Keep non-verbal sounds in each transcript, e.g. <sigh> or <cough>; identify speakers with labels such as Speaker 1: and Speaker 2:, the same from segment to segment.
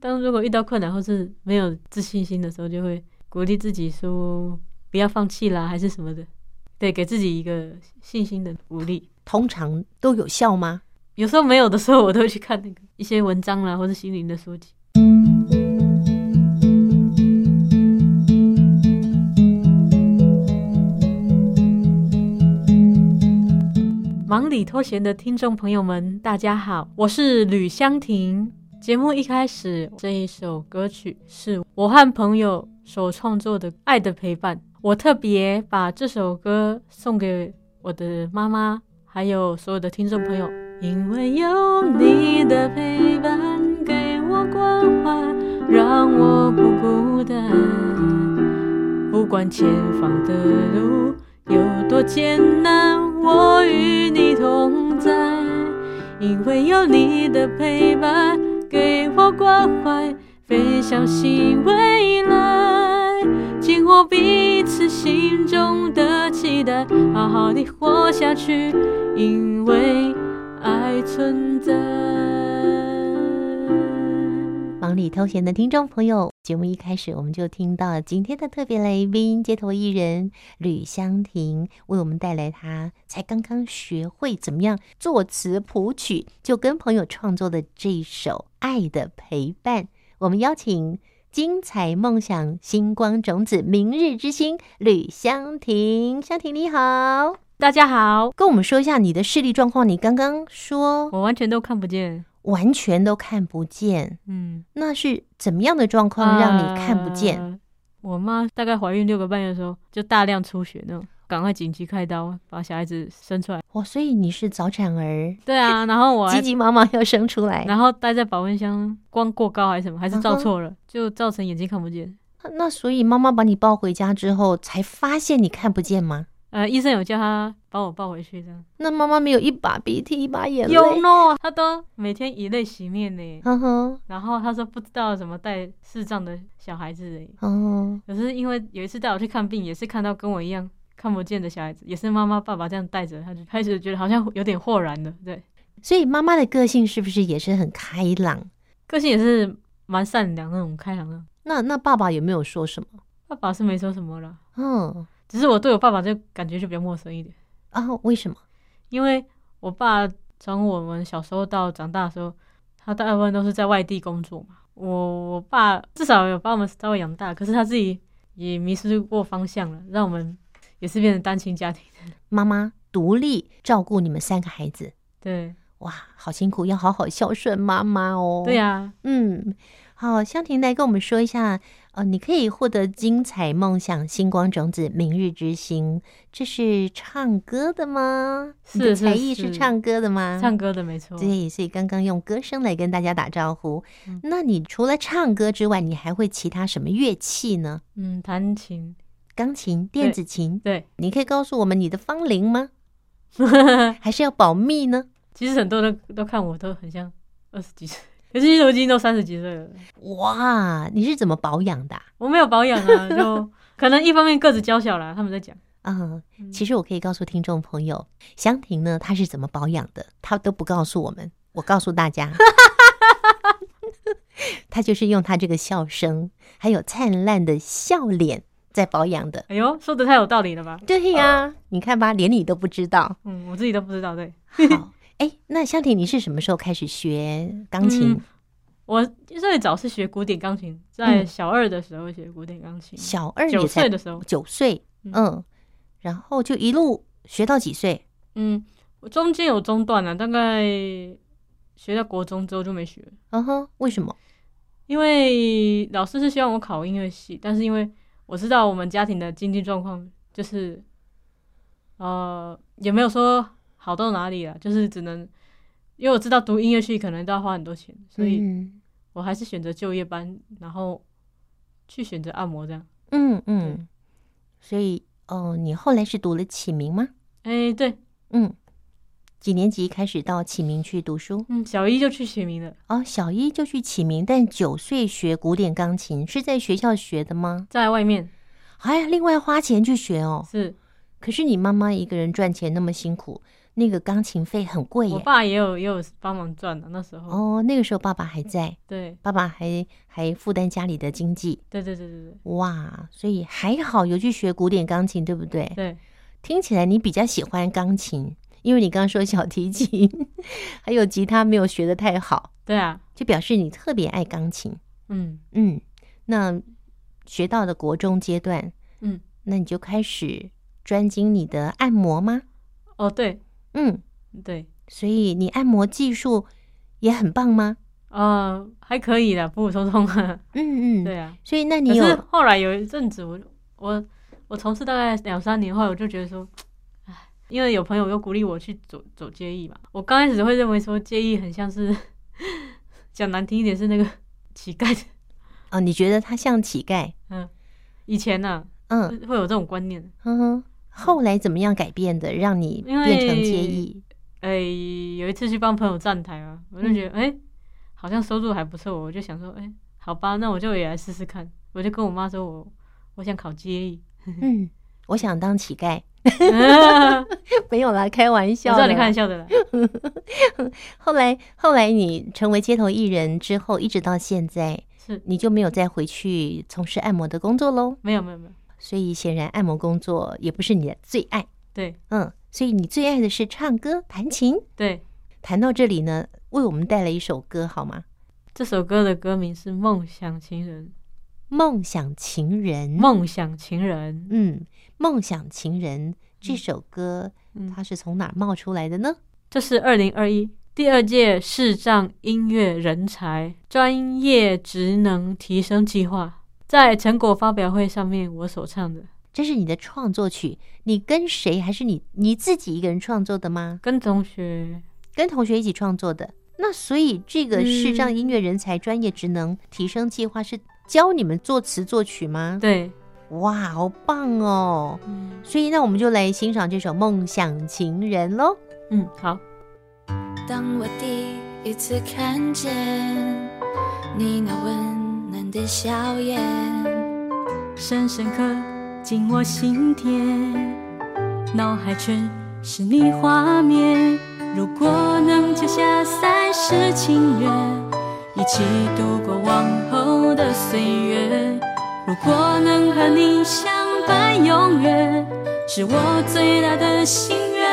Speaker 1: 当如果遇到困难或是没有自信心的时候，就会鼓励自己说不要放弃啦，还是什么的。对，给自己一个信心的鼓励。
Speaker 2: 通常都有效吗？
Speaker 1: 有时候没有的时候，我都会去看那个一些文章啦，或者心灵的书籍。忙里偷闲的听众朋友们，大家好，我是吕香婷。节目一开始这一首歌曲是我和朋友所创作的《爱的陪伴》，我特别把这首歌送给我的妈妈，还有所有的听众朋友，因为有你的陪伴，给我关怀，让我不孤单。不管前方的路有多艰难，我与你同在，因为有你的陪伴。给我关怀，飞向新未来，紧握彼此心中的期待，好好的活下去，因为爱存在。
Speaker 2: 忙里偷闲的听众朋友，节目一开始我们就听到今天的特别来宾街头艺人吕香婷为我们带来她才刚刚学会怎么样作词谱曲，就跟朋友创作的这一首《爱的陪伴》。我们邀请精彩梦想星光种子明日之星吕香婷，香婷你好，
Speaker 1: 大家好，
Speaker 2: 跟我们说一下你的视力状况。你刚刚说
Speaker 1: 我完全都看不见，
Speaker 2: 完全都看不见，
Speaker 1: 嗯，
Speaker 2: 那是怎么样的状况哦让你看不见？
Speaker 1: 呃我妈大概怀孕六个半月的时候就大量出血那种，赶快紧急开刀把小孩子生出来。
Speaker 2: 哇，所以你是早产儿，
Speaker 1: 对
Speaker 2: <laughs>
Speaker 1: 啊，然后我还
Speaker 2: 急急忙忙要生出来。
Speaker 1: 然后待在保温箱，光过高还是什么，还是照
Speaker 2: 嗯哼
Speaker 1: 错了，就造成眼睛看不见。
Speaker 2: 那所以妈妈把你抱回家之后，才发现你看不见吗？
Speaker 1: 呃，医生有叫他把我抱回去，这样。
Speaker 2: 那妈妈没有一把鼻涕一把眼泪？
Speaker 1: 有呢，他都每天以泪洗面呢。
Speaker 2: 嗯哼，
Speaker 1: 然后他说不知道怎么带视障的小孩子嘞。
Speaker 2: 嗯哼，
Speaker 1: 可是因为有一次带我去看病，也是看到跟我一样看不见的小孩子，也是妈妈爸爸这样带着，他就开始觉得好像有点豁然了。对，
Speaker 2: 所以妈妈的个性是不是也是很开朗？
Speaker 1: 个性也是蛮善良那种开朗的。
Speaker 2: 那那爸爸有没有说什么？
Speaker 1: 爸爸是没说什么了，
Speaker 2: 嗯
Speaker 1: 只是我对我爸爸就感觉就比较陌生一点。
Speaker 2: 啊，为什么？
Speaker 1: 因为我爸从我们小时候到长大的时候，他大部分都是在外地工作嘛。我我爸至少有把我们稍微养大，可是他自己也迷失过方向了，让我们也是变成单亲家庭。
Speaker 2: 妈妈独立照顾你们三个孩子，
Speaker 1: 对，
Speaker 2: 哇，好辛苦，要好好孝顺妈妈哦。
Speaker 1: 对啊
Speaker 2: 呀。
Speaker 1: 呀、
Speaker 2: 嗯，好，香婷来跟我们说一下，呃，你可以获得精彩梦想星光种子明日之星，这是唱歌的吗？你的
Speaker 1: 是
Speaker 2: 才
Speaker 1: 是
Speaker 2: 艺是
Speaker 1: 是
Speaker 2: 唱歌的吗？
Speaker 1: 唱歌的没错。
Speaker 2: 对，所以刚刚用歌声来跟大家打招呼。
Speaker 1: 嗯
Speaker 2: 那你除了唱歌之外，你还会其他什么乐器呢？
Speaker 1: 嗯，弹琴，
Speaker 2: 钢琴、电
Speaker 1: 对
Speaker 2: 子琴，
Speaker 1: 对，
Speaker 2: 你可以告诉我们你的芳
Speaker 1: <laughs>
Speaker 2: 龄吗？还是要保密呢？
Speaker 1: 其实很多人都看我都很像二十几岁， <laughs> 可是其实我已经都三十几岁了，
Speaker 2: 哇，你是怎么保养的啊？
Speaker 1: 我没有保养
Speaker 2: <laughs>
Speaker 1: 啊，就可能一方面个子娇小啦，他们在讲。
Speaker 2: 啊、
Speaker 1: 嗯
Speaker 2: 其实我可以告诉听众朋友，香婷呢，她是怎么保养的，她都不告诉我们，我告诉大家， <laughs> 她就是用她这个笑声，还有灿烂的笑脸在保养的。
Speaker 1: 哎呦，说的太有道理了吧？
Speaker 2: 对呀、你看吧，连你都不知道。
Speaker 1: <laughs> 嗯，我自己都不知道。对，
Speaker 2: 好，哎，那香婷，你是什么时候开始学钢琴？
Speaker 1: 嗯我最早是学古典钢琴，在
Speaker 2: 嗯
Speaker 1: 小二的时候学古典钢琴，
Speaker 2: 小二
Speaker 1: 九
Speaker 2: 也
Speaker 1: 岁
Speaker 2: 才
Speaker 1: 的时候，
Speaker 2: 九岁，
Speaker 1: 嗯
Speaker 2: 嗯，然后就一路学到几岁？
Speaker 1: 嗯，我中间有中断了、啊大概学到国中之后就没学了，
Speaker 2: 嗯哼，为什么？
Speaker 1: 因为老师是希望我考音乐系，但是因为我知道我们家庭的经济状况，就是呃也没有说好到哪里了，就是只能因为我知道读音乐系可能都要花很多钱，所以
Speaker 2: 嗯
Speaker 1: 我还是选择就业班，然后去选择按摩这样。
Speaker 2: 嗯嗯，所以哦，你后来是读了启明吗？
Speaker 1: 哎、对，
Speaker 2: 嗯，几年级开始到启明去读书？
Speaker 1: 嗯，小一就去学名了，
Speaker 2: 哦，小一就去启明，但九岁学古典钢琴是在学校学的吗？
Speaker 1: 在外面
Speaker 2: 哎呀，另外花钱去学哦。
Speaker 1: 是
Speaker 2: 可是你妈妈一个人赚钱那么辛苦，那个钢琴费很贵
Speaker 1: 我
Speaker 2: 耶。
Speaker 1: 爸也有也有帮忙赚的那时候。
Speaker 2: 哦，那个时候爸爸还在，
Speaker 1: 对
Speaker 2: 爸爸还还负担家里的经济，
Speaker 1: 对对对对
Speaker 2: 哇，所以还好有去学古典钢琴，对不对
Speaker 1: 对？对，
Speaker 2: 听起来你比较喜欢钢琴，因为你刚刚说小提琴 <laughs> 还有吉他没有学的太好，
Speaker 1: 对啊，
Speaker 2: 就表示你特别爱钢琴。
Speaker 1: 嗯
Speaker 2: 嗯，那学到了国中阶段，
Speaker 1: 嗯，
Speaker 2: 那你就开始专精你的按摩吗？
Speaker 1: 哦对
Speaker 2: 嗯，
Speaker 1: 对，
Speaker 2: 所以你按摩技术也很棒吗？
Speaker 1: 呃还可以啦，普普通通啊，
Speaker 2: 嗯嗯，
Speaker 1: 对啊。
Speaker 2: 所以那
Speaker 1: 可
Speaker 2: 你
Speaker 1: 是
Speaker 2: 有
Speaker 1: 后来有一阵子我，我我从事大概两三年后，我就觉得说，唉，因为有朋友又鼓励我去走走街艺嘛，我刚开始会认为说街艺很像是 <laughs> 讲难听一点是那个乞丐的，
Speaker 2: 哦，你觉得他像乞丐？
Speaker 1: 以前呢、
Speaker 2: 嗯
Speaker 1: 会有这种观念，
Speaker 2: 哼哼，后来怎么样改变的，让你
Speaker 1: 因为
Speaker 2: 变成介意？
Speaker 1: 哎、有一次去帮朋友站台嘛，我就觉得哎、好像收入还不错，我就想说哎、好吧，那我就也来试试看，我就跟我妈说我我想考街艺， <laughs>
Speaker 2: 嗯，我想当乞丐，
Speaker 1: 我
Speaker 2: 没有啦，开玩笑
Speaker 1: 知道
Speaker 2: 的。啊
Speaker 1: 你开玩笑的啦，
Speaker 2: 后来后来你成为街头艺人之后，一直到现在，
Speaker 1: 是
Speaker 2: 你就没有再回去从事按摩的工作喽。
Speaker 1: 没有没有没有，
Speaker 2: 所以显然按摩工作也不是你的最爱，
Speaker 1: 对
Speaker 2: 嗯，所以你最爱的是唱歌、弹琴。
Speaker 1: 对。
Speaker 2: 谈到这里呢，为我们带来一首歌好吗？
Speaker 1: 这首歌的歌名是《梦想情人》，
Speaker 2: 梦想情人，
Speaker 1: 梦想情人，
Speaker 2: 嗯，梦想情人这首歌，
Speaker 1: 嗯，
Speaker 2: 它是从哪儿冒出来的呢？
Speaker 1: 这是二零二一第二届视障音乐人才专业职能提升计划，在成果发表会上面我所唱的，
Speaker 2: 这是你的创作曲，你跟谁？还是你你自己一个人创作的吗？
Speaker 1: 跟同学
Speaker 2: 跟同学一起创作的？那所以这个视障
Speaker 1: 嗯
Speaker 2: 音乐人才专业职能提升计划是教你们作词作曲吗？
Speaker 1: 对，
Speaker 2: 哇，好棒哦！
Speaker 1: 嗯
Speaker 2: 所以那我们就来欣赏这首《梦想情人》喽。
Speaker 1: 嗯，好，
Speaker 3: 当我第一次看见你那温暖的笑颜，
Speaker 1: 深深刻进我心田，脑海全是你画面。如果能救下三世情缘，一起度过往后的岁月。如果能和你相伴永远，是我最大的心愿。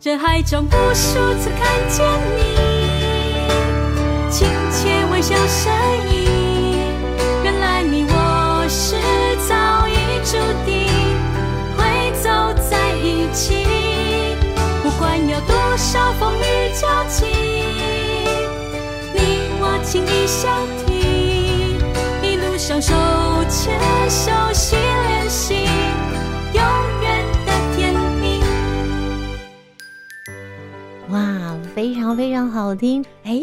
Speaker 1: 人海中无数次看见你，亲切微笑身影。原来你我是早已注定会走在一起，不管有多少风雨交集，你我情意相挺，一路上手牵手，心连心，永远的甜蜜。
Speaker 2: 哇，非常非常好听！哎，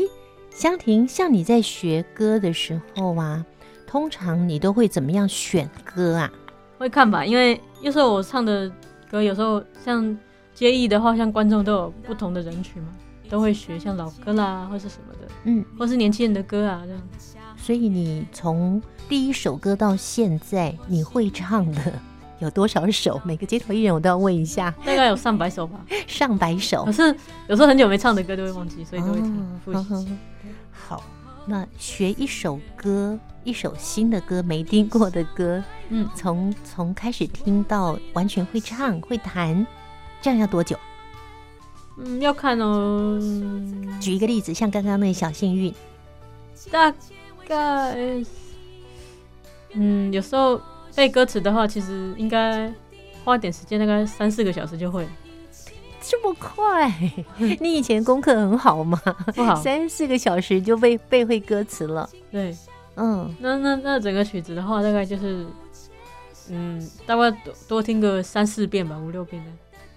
Speaker 2: 香婷，像你在学歌的时候啊，通常你都会怎么样选歌啊？
Speaker 1: 会看吧，因为有时候我唱的歌，有时候像接艺的话，像观众都有不同的人群嘛，都会学像老歌啦，或是什么的，
Speaker 2: 嗯，
Speaker 1: 或是年轻人的歌啊这样。
Speaker 2: 所以你从第一首歌到现在，你会唱的有多少首？每个街头艺人我都要问一下，
Speaker 1: 大概有上百首
Speaker 2: <laughs>
Speaker 1: 吧，
Speaker 2: 上百首
Speaker 1: 可。是有时候很久没唱的歌都会忘记，所以都会听
Speaker 2: 哦
Speaker 1: 复习。
Speaker 2: 呵呵好，那学一首歌，一首新的歌，没听过的歌，
Speaker 1: 嗯，
Speaker 2: 从从开始听到完全会唱会弹，这样要多久？
Speaker 1: 嗯，要看哦，嗯
Speaker 2: 举一个例子，像刚刚那个小幸运，
Speaker 1: 大概嗯，有时候背歌词的话，其实应该花点时间，大概三四个小时就会了，
Speaker 2: 这么快？
Speaker 1: <laughs>
Speaker 2: 你以前功课很好吗？
Speaker 1: 不好。
Speaker 2: 三四个小时就背背会歌词了。
Speaker 1: 对，
Speaker 2: 嗯，
Speaker 1: 那那那整个曲子的话，大概就是，嗯，大概多多听个三四遍吧，五六遍的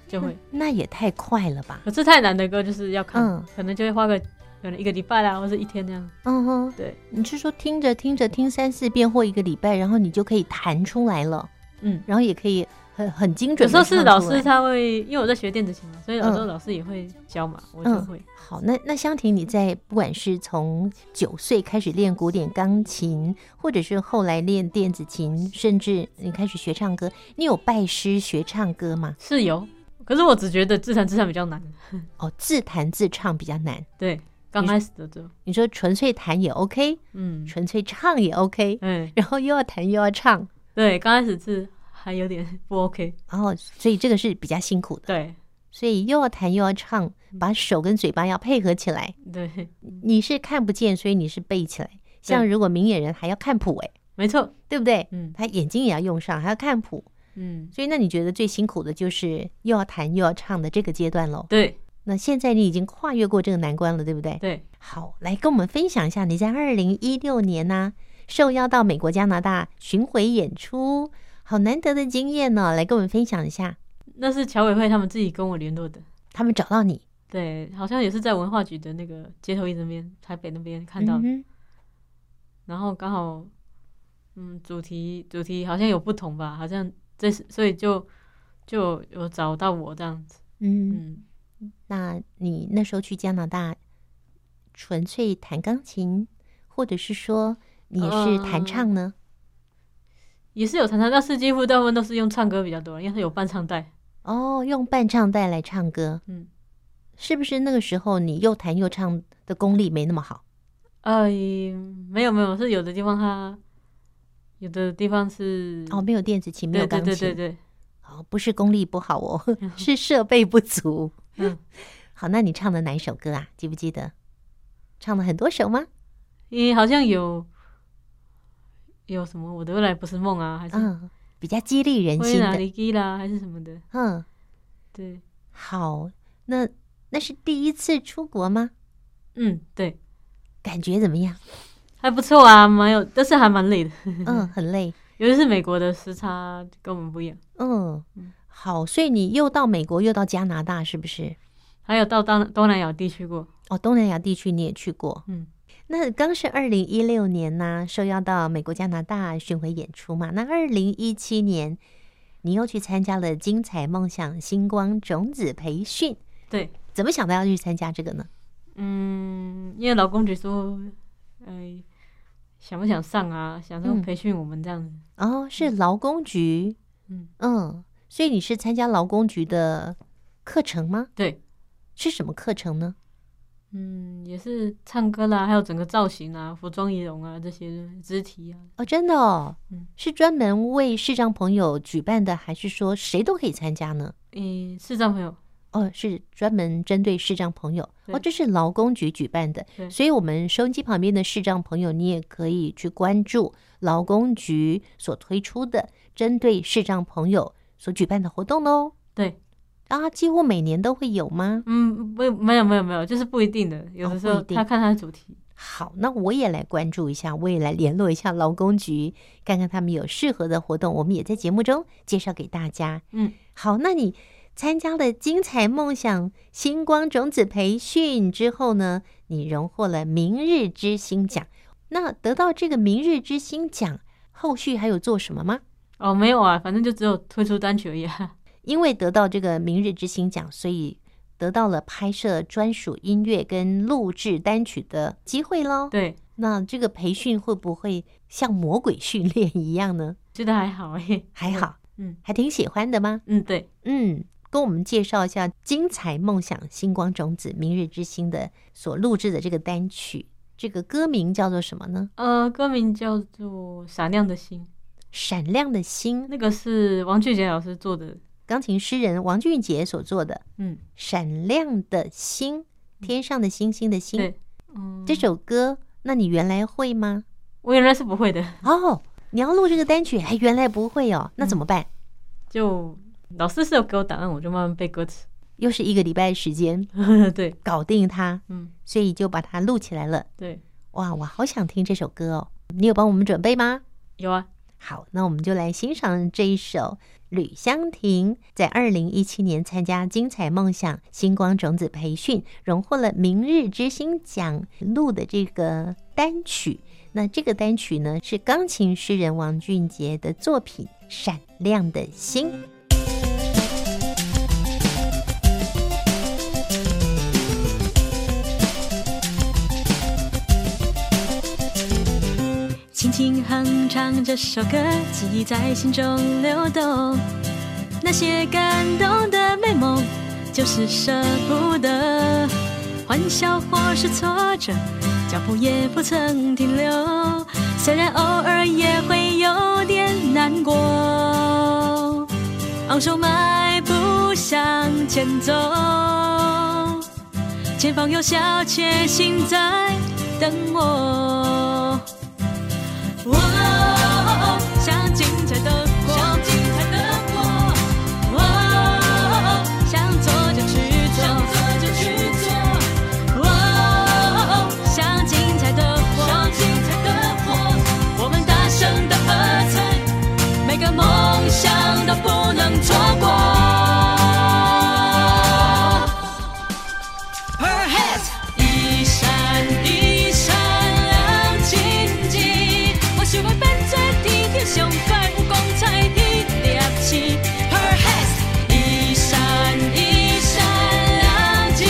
Speaker 1: 就会。
Speaker 2: 那也太快了吧？
Speaker 1: 可是太难的歌就是要看，
Speaker 2: 嗯
Speaker 1: 可能就会花个可能一个礼拜啦，或是一天这样。
Speaker 2: 嗯哼，
Speaker 1: 对，
Speaker 2: 你是说听着听着听三四遍或一个礼拜，然后你就可以弹出来了，
Speaker 1: 嗯，
Speaker 2: 然后也可以很很精准
Speaker 1: 有
Speaker 2: 地
Speaker 1: 时候
Speaker 2: 唱出来。
Speaker 1: 是老师他会，因为我在学电子琴嘛，所以有时候
Speaker 2: 嗯
Speaker 1: 老师也会教嘛，我就会。
Speaker 2: 好，那那香婷，你在不管是从九岁开始练古典钢琴，或者是后来练电子琴，甚至你开始学唱歌，你有拜师学唱歌吗？
Speaker 1: 是有，可是我只觉得自弹自唱比较难。
Speaker 2: 哦，自弹自唱比较难。
Speaker 1: 对，刚开始的时候，
Speaker 2: 你说纯粹弹也 OK，
Speaker 1: 嗯，
Speaker 2: 纯粹唱也 OK，
Speaker 1: 哎，
Speaker 2: 然后又要弹又要唱，
Speaker 1: 对，刚开始是还有点 <laughs> 不 OK。
Speaker 2: 然后哦所以这个是比较辛苦的。
Speaker 1: 对，
Speaker 2: 所以又要弹又要唱，把手跟嘴巴要配合起来。
Speaker 1: 对，
Speaker 2: 你是看不见，所以你是背起来。像
Speaker 1: 对
Speaker 2: 如果明眼人还要看谱、欸，
Speaker 1: 没错，
Speaker 2: 对不对？
Speaker 1: 嗯
Speaker 2: 他眼睛也要用上，还要看谱。
Speaker 1: 嗯，
Speaker 2: 所以那你觉得最辛苦的就是又要弹又要唱的这个阶段喽？
Speaker 1: 对
Speaker 2: 那现在你已经跨越过这个难关了，对不对？
Speaker 1: 对，
Speaker 2: 好，来跟我们分享一下你在二零一六年呢、受邀到美国、加拿大巡回演出，好难得的经验呢、来跟我们分享一下。
Speaker 1: 那是侨委会他们自己跟我联络的。
Speaker 2: 他们找到你
Speaker 1: 对，好像也是在文化局的那个街头艺那边，台北那边看到的，
Speaker 2: 嗯
Speaker 1: 然后刚好，嗯，主题主题好像有不同吧，好像这是所以就就有找到我这样子，
Speaker 2: 哼嗯，
Speaker 1: 嗯，
Speaker 2: 那你那时候去加拿大，纯粹弹钢琴，或者是说你也
Speaker 1: 呃
Speaker 2: 是弹唱呢？
Speaker 1: 也是有常常，但是几乎大部分都是用唱歌比较多，因为是有伴唱带，
Speaker 2: 哦，用伴唱带来唱歌，
Speaker 1: 嗯，
Speaker 2: 是不是那个时候你又弹又唱的功力没那么好？
Speaker 1: 呃，没有没有，是有的地方它有的地方是
Speaker 2: 哦，没有电子琴，没有
Speaker 1: 对
Speaker 2: 钢
Speaker 1: 嗯对
Speaker 2: 琴，
Speaker 1: 对对对，
Speaker 2: 哦，不是功力不好哦， <laughs> 是设备不足。
Speaker 1: <laughs> 嗯，
Speaker 2: 好，那你唱的哪一首歌啊？记不记得？唱了很多首吗？
Speaker 1: 因为好像有有什么我的未来不是梦啊，还是
Speaker 2: 嗯，比较激励人
Speaker 1: 灰
Speaker 2: 心
Speaker 1: 哪
Speaker 2: 的。
Speaker 1: 里基啦，还是什么的，
Speaker 2: 嗯，
Speaker 1: 对，
Speaker 2: 好，那那是第一次出国吗？
Speaker 1: 嗯对，
Speaker 2: 感觉怎么样？
Speaker 1: 还不错啊，蛮有，但是还蛮累的。
Speaker 2: 嗯，很累。
Speaker 1: 尤其是美国的时差跟我们不一样，
Speaker 2: 嗯
Speaker 1: 嗯，
Speaker 2: 好，所以你又到美国，又到加拿大，是不是？
Speaker 1: 还有到东东南亚地区过，
Speaker 2: 哦，东南亚地区你也去过。
Speaker 1: 嗯，
Speaker 2: 那刚是二零一六年呢、受邀到美国、加拿大巡回演出嘛。那二零一七年，你又去参加了精彩梦想星光种子培训，
Speaker 1: 对，
Speaker 2: 怎么想到要去参加这个呢？
Speaker 1: 嗯，因为老公觉得说，哎，想不想上啊？想说
Speaker 2: 嗯
Speaker 1: 培训我们这样子，
Speaker 2: 哦，是劳工局，
Speaker 1: 嗯，
Speaker 2: 嗯，所以你是参加劳工局的课程吗？
Speaker 1: 对，
Speaker 2: 是什么课程呢？
Speaker 1: 嗯，也是唱歌啦，还有整个造型啊、服装仪容啊这些肢体啊，
Speaker 2: 哦，真的哦，
Speaker 1: 嗯
Speaker 2: 是专门为视障朋友举办的，还是说谁都可以参加呢？
Speaker 1: 嗯，视障朋友，
Speaker 2: 哦，是专门针对视障朋友哦，
Speaker 1: 对
Speaker 2: 这是劳工局举办的，
Speaker 1: 对
Speaker 2: 所以我们收音机旁边的视障朋友，你也可以去关注劳工局所推出的针对视障朋友所举办的活动哦。
Speaker 1: 对，
Speaker 2: 啊，几乎每年都会有吗？
Speaker 1: 嗯，不，没有没有没有，就是不一定的，有
Speaker 2: 哦
Speaker 1: 的时
Speaker 2: 不
Speaker 1: 候
Speaker 2: 一定
Speaker 1: 他看他的主题，
Speaker 2: 好，那我也来关注一下，我也来联络一下劳工局，看看他们有适合的活动，我们也在节目中介绍给大家。
Speaker 1: 嗯，
Speaker 2: 好，那你参加了精彩梦想星光种子培训之后呢，你荣获了明日之星奖。那得到这个明日之星奖，后续还有做什么吗？
Speaker 1: 哦，没有啊，反正就只有推出单曲而已、啊， <laughs>
Speaker 2: 因为得到这个明日之星奖，所以得到了拍摄专属音乐跟录制单曲的机会喽。
Speaker 1: 对，
Speaker 2: 那这个培训会不会像魔鬼训练一样呢？
Speaker 1: 觉得还好哎、
Speaker 2: <laughs> 还好，
Speaker 1: 嗯
Speaker 2: 还挺喜欢的吗？
Speaker 1: 嗯，对。
Speaker 2: 嗯，跟我们介绍一下《精彩梦想星光种子明日之星》的所录制的这个单曲，这个歌名叫做什么呢？
Speaker 1: 呃，歌名叫做《闪亮的心》，
Speaker 2: 闪亮的星，
Speaker 1: 那个是王俊杰老师做的。
Speaker 2: 钢琴诗人王俊杰所做的《
Speaker 1: 嗯，
Speaker 2: 闪亮的星》，天上的星星的星。
Speaker 1: 对，嗯，
Speaker 2: 这首歌，那你原来会吗？
Speaker 1: 我原来是不会的，
Speaker 2: 哦，你要录这个单曲，还原来不会哦，那怎么办？
Speaker 1: 就老师是有给我档案，我就慢慢背歌词。 <laughs>
Speaker 2: 又是一个礼拜的时间
Speaker 1: 对，
Speaker 2: 搞定它，
Speaker 1: 嗯，
Speaker 2: 所以就把它录起来了。
Speaker 1: 对，
Speaker 2: 哇，我好想听这首歌哦！你有帮我们准备吗？
Speaker 1: 有啊，
Speaker 2: 好，那我们就来欣赏这一首吕香婷在二零一七年参加精彩梦想星光种子培训，荣获了明日之星奖录的这个单曲。那这个单曲呢，是钢琴诗人王俊杰的作品《闪亮的星》。
Speaker 4: 轻轻哼唱这首歌，记忆在心中流动，那些感动的美梦，就是舍不得。欢笑或是挫折，脚步也不曾停留，虽然偶尔也会有点难过，昂首迈步向前走，前方有小确幸在等我。哦，像精彩的过，像精彩的过。哦，想做就去做，想做就去做。哦，像精彩的过，像精彩的过。我们大声的喝彩，每个梦想都不能错过。Her head，一闪一闪亮晶晶，我是我扮作天天上快有光彩的粒子。Her head，一闪一闪亮晶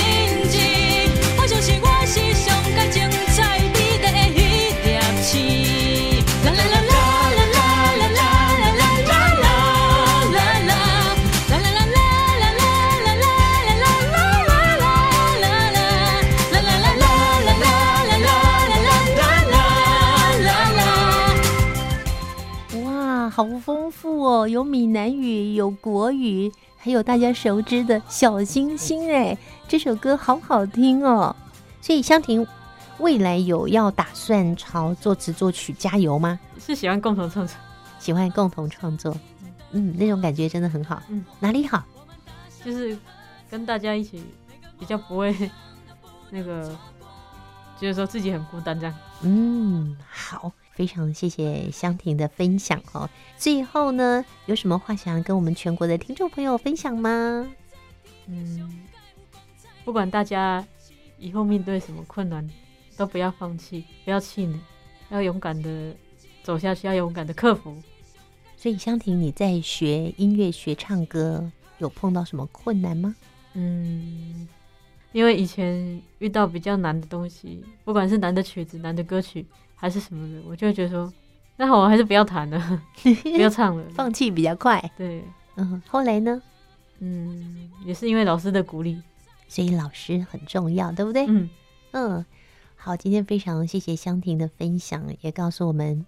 Speaker 4: 晶，我就是我是上界精彩美丽的迄粒子。啦啦啦啦啦啦啦啦啦啦啦啦啦啦啦啦啦啦啦啦。
Speaker 2: 哇，好丰富哦！有闽南语，有国语，还有大家熟知的小星星。哎，这首歌好好听哦。所以香婷未来有要打算朝作词作曲加油吗？
Speaker 1: 是喜欢共同创作。
Speaker 2: 喜欢共同创作，嗯，那种感觉真的很好。
Speaker 1: 嗯，
Speaker 2: 哪里好？
Speaker 1: 就是跟大家一起，比较不会那个觉得说自己很孤单这样。
Speaker 2: 嗯，好，非常谢谢香婷的分享哦。最后呢，有什么话想要跟我们全国的听众朋友分享吗？
Speaker 1: 嗯，不管大家以后面对什么困难，都不要放弃，不要气馁，要勇敢的走下去，要勇敢的克服。
Speaker 2: 所以香婷，你在学音乐、学唱歌，有碰到什么困难吗？
Speaker 1: 嗯，因为以前遇到比较难的东西，不管是难的曲子、难的歌曲还是什么的，我就会觉得说，那好，我还是不要弹
Speaker 2: <laughs>
Speaker 1: 了，不要唱了。
Speaker 2: 放弃比较快。
Speaker 1: 对，
Speaker 2: 嗯，后来呢？
Speaker 1: 嗯，也是因为老师的鼓励。
Speaker 2: 所以老师很重要，对不对？
Speaker 1: 嗯，
Speaker 2: 嗯，好，今天非常谢谢香婷的分享，也告诉我们，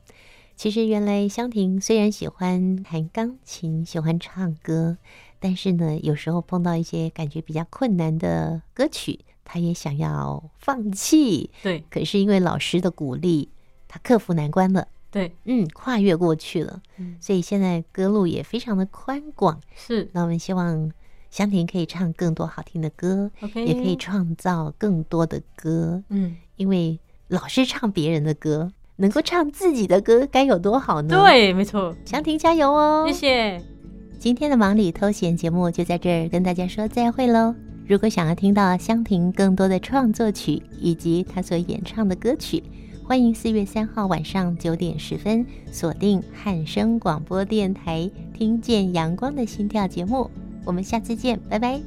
Speaker 2: 其实原来香婷虽然喜欢弹钢琴，喜欢唱歌，但是呢，有时候碰到一些感觉比较困难的歌曲，她也想要放弃，
Speaker 1: 对
Speaker 2: 可是因为老师的鼓励，她克服难关了，
Speaker 1: 对，
Speaker 2: 嗯，跨越过去了，
Speaker 1: 嗯，
Speaker 2: 所以现在歌路也非常的宽广。
Speaker 1: 是
Speaker 2: 那我们希望香婷可以唱更多好听的歌，
Speaker 1: OK，
Speaker 2: 也可以创造更多的歌，
Speaker 1: 嗯，
Speaker 2: 因为老是唱别人的歌，能够唱自己的歌该有多好呢？，
Speaker 1: 对，没错，
Speaker 2: 香婷加油哦！
Speaker 1: 谢谢，
Speaker 2: 今天的忙里偷闲节目就在这儿跟大家说再会喽。如果想要听到香婷更多的创作曲以及她所演唱的歌曲，欢迎四月三号晚上九点十分锁定汉声广播电台《听见阳光的心跳》节目。我们下次见，拜拜。